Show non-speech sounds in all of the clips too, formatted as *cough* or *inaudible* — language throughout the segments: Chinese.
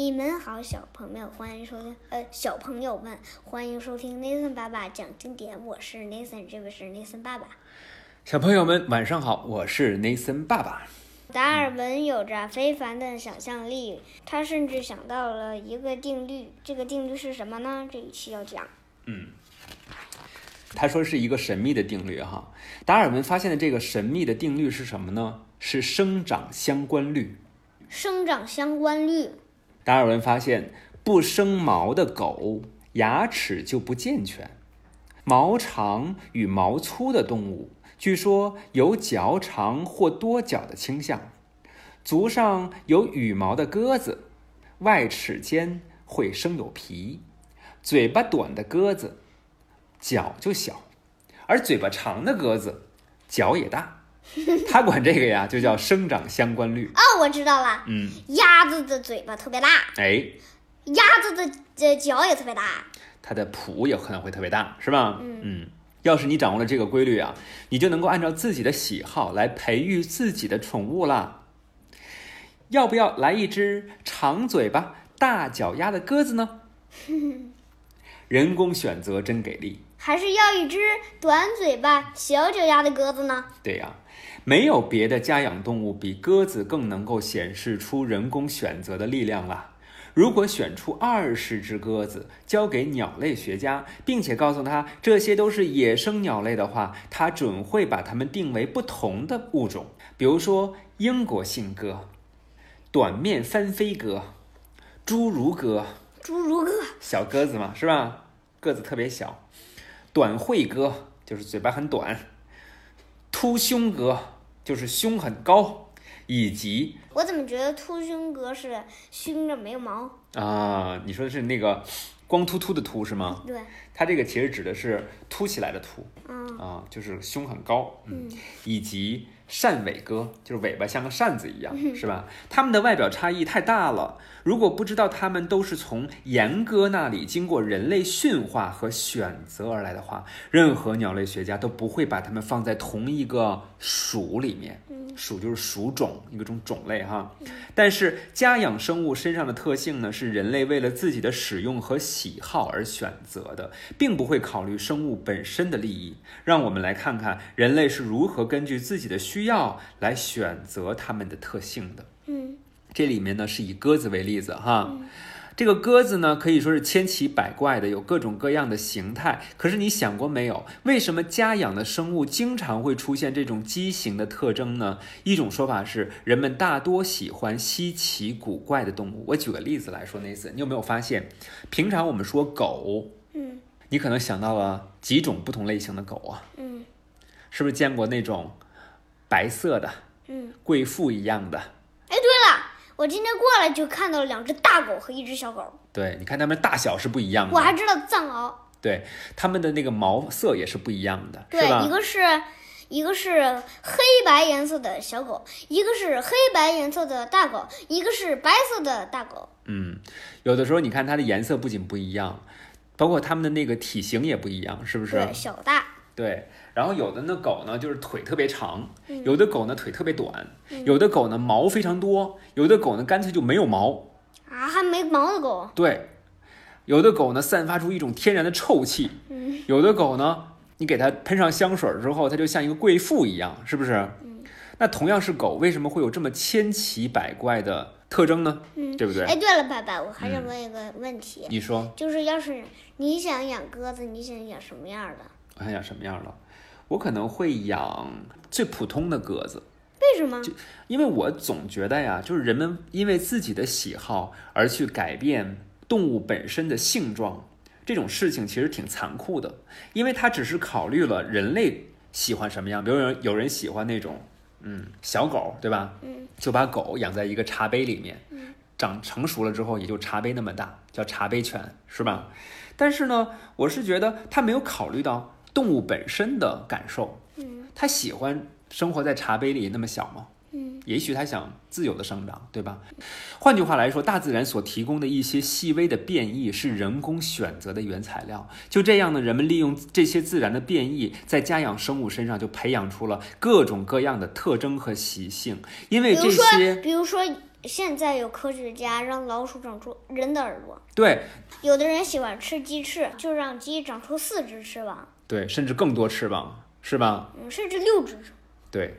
你们好，小朋友，欢迎收听呃，小朋友们，欢迎收听 Nathan 爸爸讲经典，我是 Nathan，这位是 Nathan 爸爸。小朋友们，晚上好，我是 Nathan 爸爸。达尔文有着非凡的想象力，他甚至想到了一个定律，这个定律是什么呢？这一期要讲。他说是一个神秘的定律哈。达尔文发现的这个神秘的定律是什么呢？是生长相关律。生长相关律，达尔文发现，不生毛的狗牙齿就不健全，毛长与毛粗的动物，据说有较长或多角的倾向。足上有羽毛的鸽子，外齿间会生有皮；嘴巴短的鸽子，脚就小；而嘴巴长的鸽子，脚也大。 *laughs* 他管这个呀，就叫生长相关律。哦，我知道了，嗯，鸭子的嘴巴特别大，哎，鸭子的呃脚也特别大。它的谱也可能会特别大，是吧？嗯要是你掌握了这个规律啊，你就能够按照自己的喜好来培育自己的宠物啦。要不要来一只长嘴巴、大脚丫的鸽子呢？人工选择真给力。还是要一只短嘴巴、小脚丫的鸽子呢？对呀、没有别的家养动物比鸽子更能够显示出人工选择的力量啦。如果选出二十只鸽子交给鸟类学家，并且告诉他这些都是野生鸟类的话，他准会把它们定为不同的物种，比如说英国信鸽、短面翻飞鸽、侏儒鸽，侏儒鸽，小鸽子嘛，是吧？个子特别小，短喙鸽就是嘴巴很短，凸胸鸽就是胸很高，以及我怎么觉得秃胸鸽是熏着没有毛？啊、你说的是那个光秃秃的秃是吗？对，它这个其实指的是凸起来的凸嗯啊、就是胸很高，嗯，以及扇尾鸽，就是尾巴像个扇子一样，嗯是吧？它们的外表差异太大了，如果不知道它们都是从岩鸽那里经过人类驯化和选择而来的话，任何鸟类学家都不会把它们放在同一个属里面。嗯属就是属种，一个种种类哈。但是家养生物身上的特性呢，是人类为了自己的使用和喜好而选择的，并不会考虑生物本身的利益。让我们来看看人类是如何根据自己的需要来选择它们的特性的。嗯，这里面呢是以鸽子为例子哈。这个鸽子呢，可以说是千奇百怪的，有各种各样的形态。可是你想过没有，为什么家养的生物经常会出现这种畸形的特征呢？一种说法是，人们大多喜欢稀奇古怪的动物。我举个例子来说，那次你有没有发现，平常我们说狗，嗯，你可能想到了几种不同类型的狗啊？嗯，是不是见过那种白色的，嗯，贵妇一样的？哎，对了，我今天过来就看到了两只大狗和一只小狗，对，你看它们大小是不一样的。我还知道藏獒，对，它们的那个毛色也是不一样的，对是，吧一？个是。一个是黑白颜色的小狗，一个是黑白颜色的大狗，一个是白色的大狗。嗯，有的时候你看它的颜色不仅不一样，包括它们的那个体型也不一样，是不啊是？对，小大，对，然后有的那狗呢，就是腿特别长，嗯有的狗呢腿特别短，有的狗呢毛非常多，有的狗呢干脆就没有毛。啊，还没毛的狗，对，有的狗呢散发出一种天然的臭气，嗯有的狗呢，你给它喷上香水儿之后，它就像一个贵妇一样，是不是？嗯那同样是狗，为什么会有这么千奇百怪的特征呢？嗯对不对？嗯哎，对了，爸爸，我还想问一个问题，你说就是要是你想养鸽子，你想养什么样的？我想养什么样的？我可能会养最普通的鸽子，为什么？因为我总觉得呀，就是人们因为自己的喜好而去改变动物本身的性状，这种事情其实挺残酷的，因为它只是考虑了人类喜欢什么样，比如有人有人喜欢那种嗯小狗，对吧？嗯，就把狗养在一个茶杯里面，长成熟了之后也就茶杯那么大，叫茶杯犬，是吧？但是呢，我是觉得它没有考虑到动物本身的感受，嗯，它喜欢生活在茶杯里那么小吗？嗯也许他想自由的生长，对吧？换句话来说，大自然所提供的一些细微的变异是人工选择的原材料。就这样呢，人们利用这些自然的变异，在家养生物身上就培养出了各种各样的特征和习性。因为比如这说些，比如说现在有科学家让老鼠长出人的耳朵，对有的人喜欢吃鸡翅，就让鸡长出四只翅膀，对，甚至更多翅膀，是吧？嗯，甚至六只。对，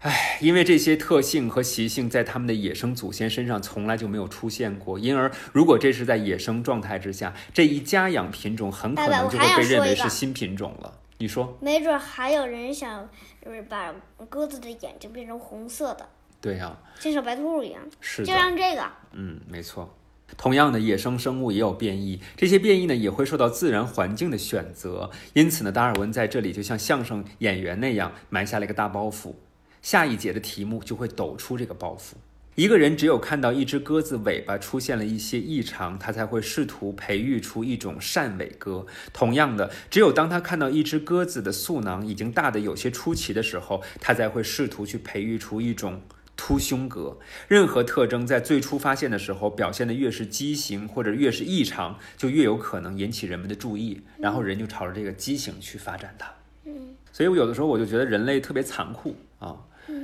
唉，因为这些特性和习性在他们的野生祖先身上从来就没有出现过，因而如果这是在野生状态之下，这一家养品种很可爸爸能我就还想会被认说为一是个新品种了。你说没准还有人想，就是把鸽子的眼睛变成红色的，对呀、像小白兔一样，是就的。让这个嗯，没错。同样的，野生生物也有变异，这些变异呢也会受到自然环境的选择。因此呢，达尔文在这里就像相声演员那样埋下了一个大包袱。下一节的题目就会抖出这个包袱。一个人只有看到一只鸽子尾巴出现了一些异常，他才会试图培育出一种扇尾鸽。同样的，只有当他看到一只鸽子的嗉囊已经大的有些出奇的时候，他才会试图去培育出一种凸胸鸽。任何特征在最初发现的时候表现的越是畸形或者越是异常，就越有可能引起人们的注意，然后人就朝着这个畸形去发展它。嗯，所以我有的时候我就觉得人类特别残酷啊。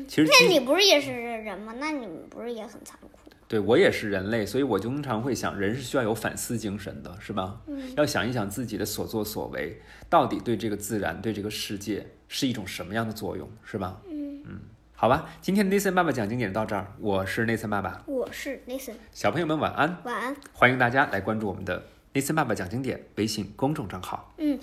其实那基你不是也是人吗？那你们不是也很残酷？对我也是人类，所以我就经常会想，人是需要有反思精神的，是吧？嗯，要想一想自己的所作所为到底对这个自然、对这个世界是一种什么样的作用，是吧？嗯好吧，今天的 Nathan 爸爸讲经典到这儿，我是 Nathan 爸爸，我是 Nathan，小朋友们晚安。晚安。欢迎大家来关注我们的 Nathan 爸爸讲经典微信公众账号。嗯，